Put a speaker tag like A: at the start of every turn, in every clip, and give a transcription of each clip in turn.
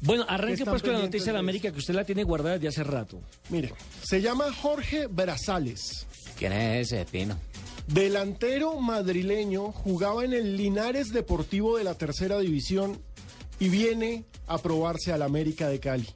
A: Bueno, arranque
B: están
A: pues con la
B: pendientes
A: noticia de
B: de
A: América que usted la tiene guardada desde hace rato.
B: Mire, se llama Jorge Brazales.
C: ¿Quién es ese Pino?
B: Delantero madrileño, jugaba en el Linares Deportivo de la Tercera División y viene a probarse al América de Cali.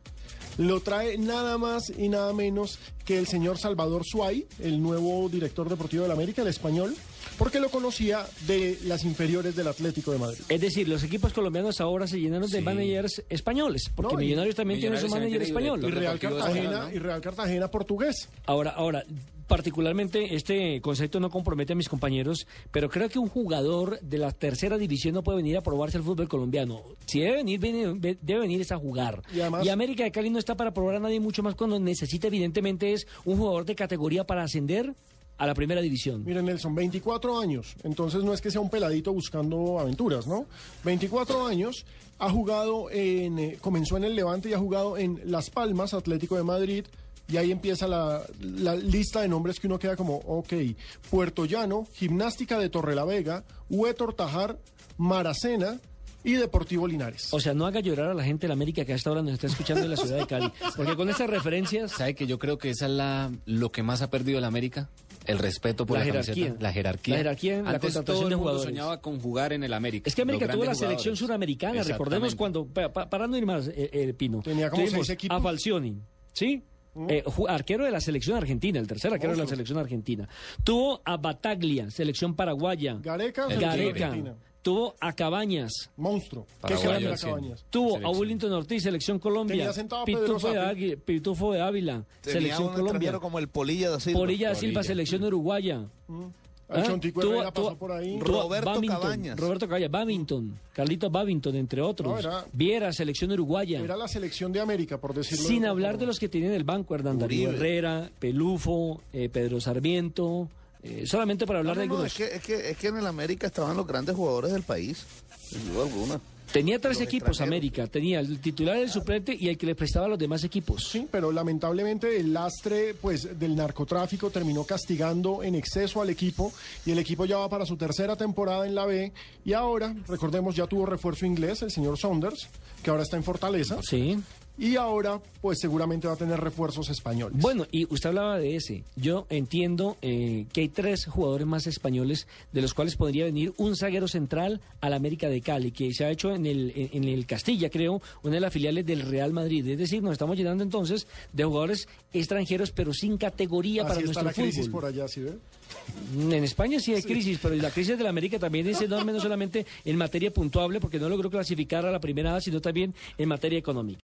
B: Lo trae nada más y nada menos que el señor Salvador Suay, el nuevo director deportivo del América, el español, porque lo conocía de las inferiores del Atlético de Madrid.
A: Es decir, los equipos colombianos ahora se llenaron de
C: Sí.
A: managers españoles, porque
B: No, y-
A: Millonarios también tiene su
C: Millonarios
A: manager
C: también tiene
A: español.
B: Y
C: director
B: Real
C: Deportivo de
B: Cartagena,
C: España, ¿no?
B: y Real Cartagena portugués.
A: Ahora, ahora, particularmente este concepto no compromete a mis compañeros, pero creo que un jugador de la tercera división no puede venir a probarse al fútbol colombiano. Si debe venir, viene- ve- debe venir es a jugar.
B: Y además-
A: América de Cali no está para probar a nadie mucho más cuando necesita evidentemente es un jugador de categoría para ascender a la primera división.
B: Miren, Nelson, 24 años. Entonces no es que sea un peladito buscando aventuras, ¿no? 24 años. Ha jugado en. eh, comenzó en el Levante y ha jugado en Las Palmas, Atlético de Madrid. Y ahí empieza la, la lista de nombres que uno queda como, ok, Puerto Llano, Gimnástica de Torrelavega, Huetor Tajar, Maracena y Deportivo Linares.
A: O sea, no haga llorar a la gente de la América que hasta ahora nos está escuchando en la ciudad de Cali. Porque con estas referencias,
C: ¿Sabe que yo creo que esa es la, lo que más ha perdido el América? El respeto por
A: La
C: la,
A: jerarquía.
C: camiseta, la jerarquía.
A: La jerarquía en la
C: Antes
A: contratación
C: todo
A: de
C: el mundo
A: jugadores.
C: soñaba con jugar en el América.
A: es que América
C: los
A: tuvo la
C: grandes
A: selección
C: jugadores.
A: suramericana. Recordemos
C: Exactamente.
A: cuando, pa- pa- para no ir más, eh, eh, Pino.
B: Tenía como
A: Tuvimos
B: seis equipos. Mm.
A: A Falcioni, ¿sí? Eh, ju- arquero de la selección argentina, el tercer arquero de la
B: Monstruo.
A: selección argentina. Tuvo a Bataglia, selección paraguaya.
B: Gareca,
C: El
B: selección
C: Tigre.
A: Gareca.
B: argentina.
A: Tuero. Tuvo a Cabañas.
B: Monstruo. ¿Qué
C: Paraguayo
B: crack era
C: al cien.
B: Cabañas?
A: Tuvo a
C: Selección.
A: Willington Ortiz, selección Colombia.
B: Tenía sentado a Pedro
A: Pitufo de,
B: Sapi.
A: Águi- Pitufo de Ávila,
D: Tenía
A: selección
D: un
A: Colombia.
D: extranjero como el Polilla da Silva.
A: Polilla da Silva,
C: Polilla.
A: selección uruguaya.
B: El
A: ¿Ah?
B: Chontico
A: Tú-
B: Herrera
A: tú-
B: pasó por ahí.
A: Ro-
D: Roberto Cabañas.
A: Roberto Cabañas, Babington, Carlitos Babington, entre otros.
B: No, era-
A: Viera, selección uruguaya.
B: Era la selección de América, por decirlo de
A: Sin
B: alguna
A: hablar de
B: forma.
A: los que tienen el banco, Hernán Darío
D: Uribe.
A: Herrera, Pelufo, eh, Pedro Sarmiento, eh, solamente para hablar
D: No,
A: de
D: no, no,
A: algunos.
D: es, que, es, que, es que en el América estaban los grandes jugadores del país, sin duda alguna.
A: Tenía tres
D: los
A: equipos
D: extranjeros.
A: América, tenía el titular, el suplente y el que le prestaba a los demás equipos.
B: Sí, pero lamentablemente el lastre pues, del narcotráfico terminó castigando en exceso al equipo y el equipo ya va para su tercera temporada en la B y ahora, recordemos, ya tuvo refuerzo inglés el señor Saunders, que ahora está en Fortaleza,
A: Sí.
B: y ahora pues seguramente va a tener refuerzos españoles.
A: Bueno, y usted hablaba de ese. Yo entiendo eh, que hay tres jugadores más españoles de los cuales podría venir un zaguero central al América de Cali, que se ha hecho en el, en- en el Castilla, creo, una de las filiales del Real Madrid. Es decir, nos estamos llenando entonces de jugadores extranjeros, pero sin categoría
B: Así
A: para
B: está
A: nuestro
B: la crisis
A: fútbol.
B: por allá, ¿sí ve?
A: En España sí hay crisis, pero la crisis de la América también es enorme, no solamente en materia puntuable, porque no logró clasificar a la primera, A, sino también en materia económica.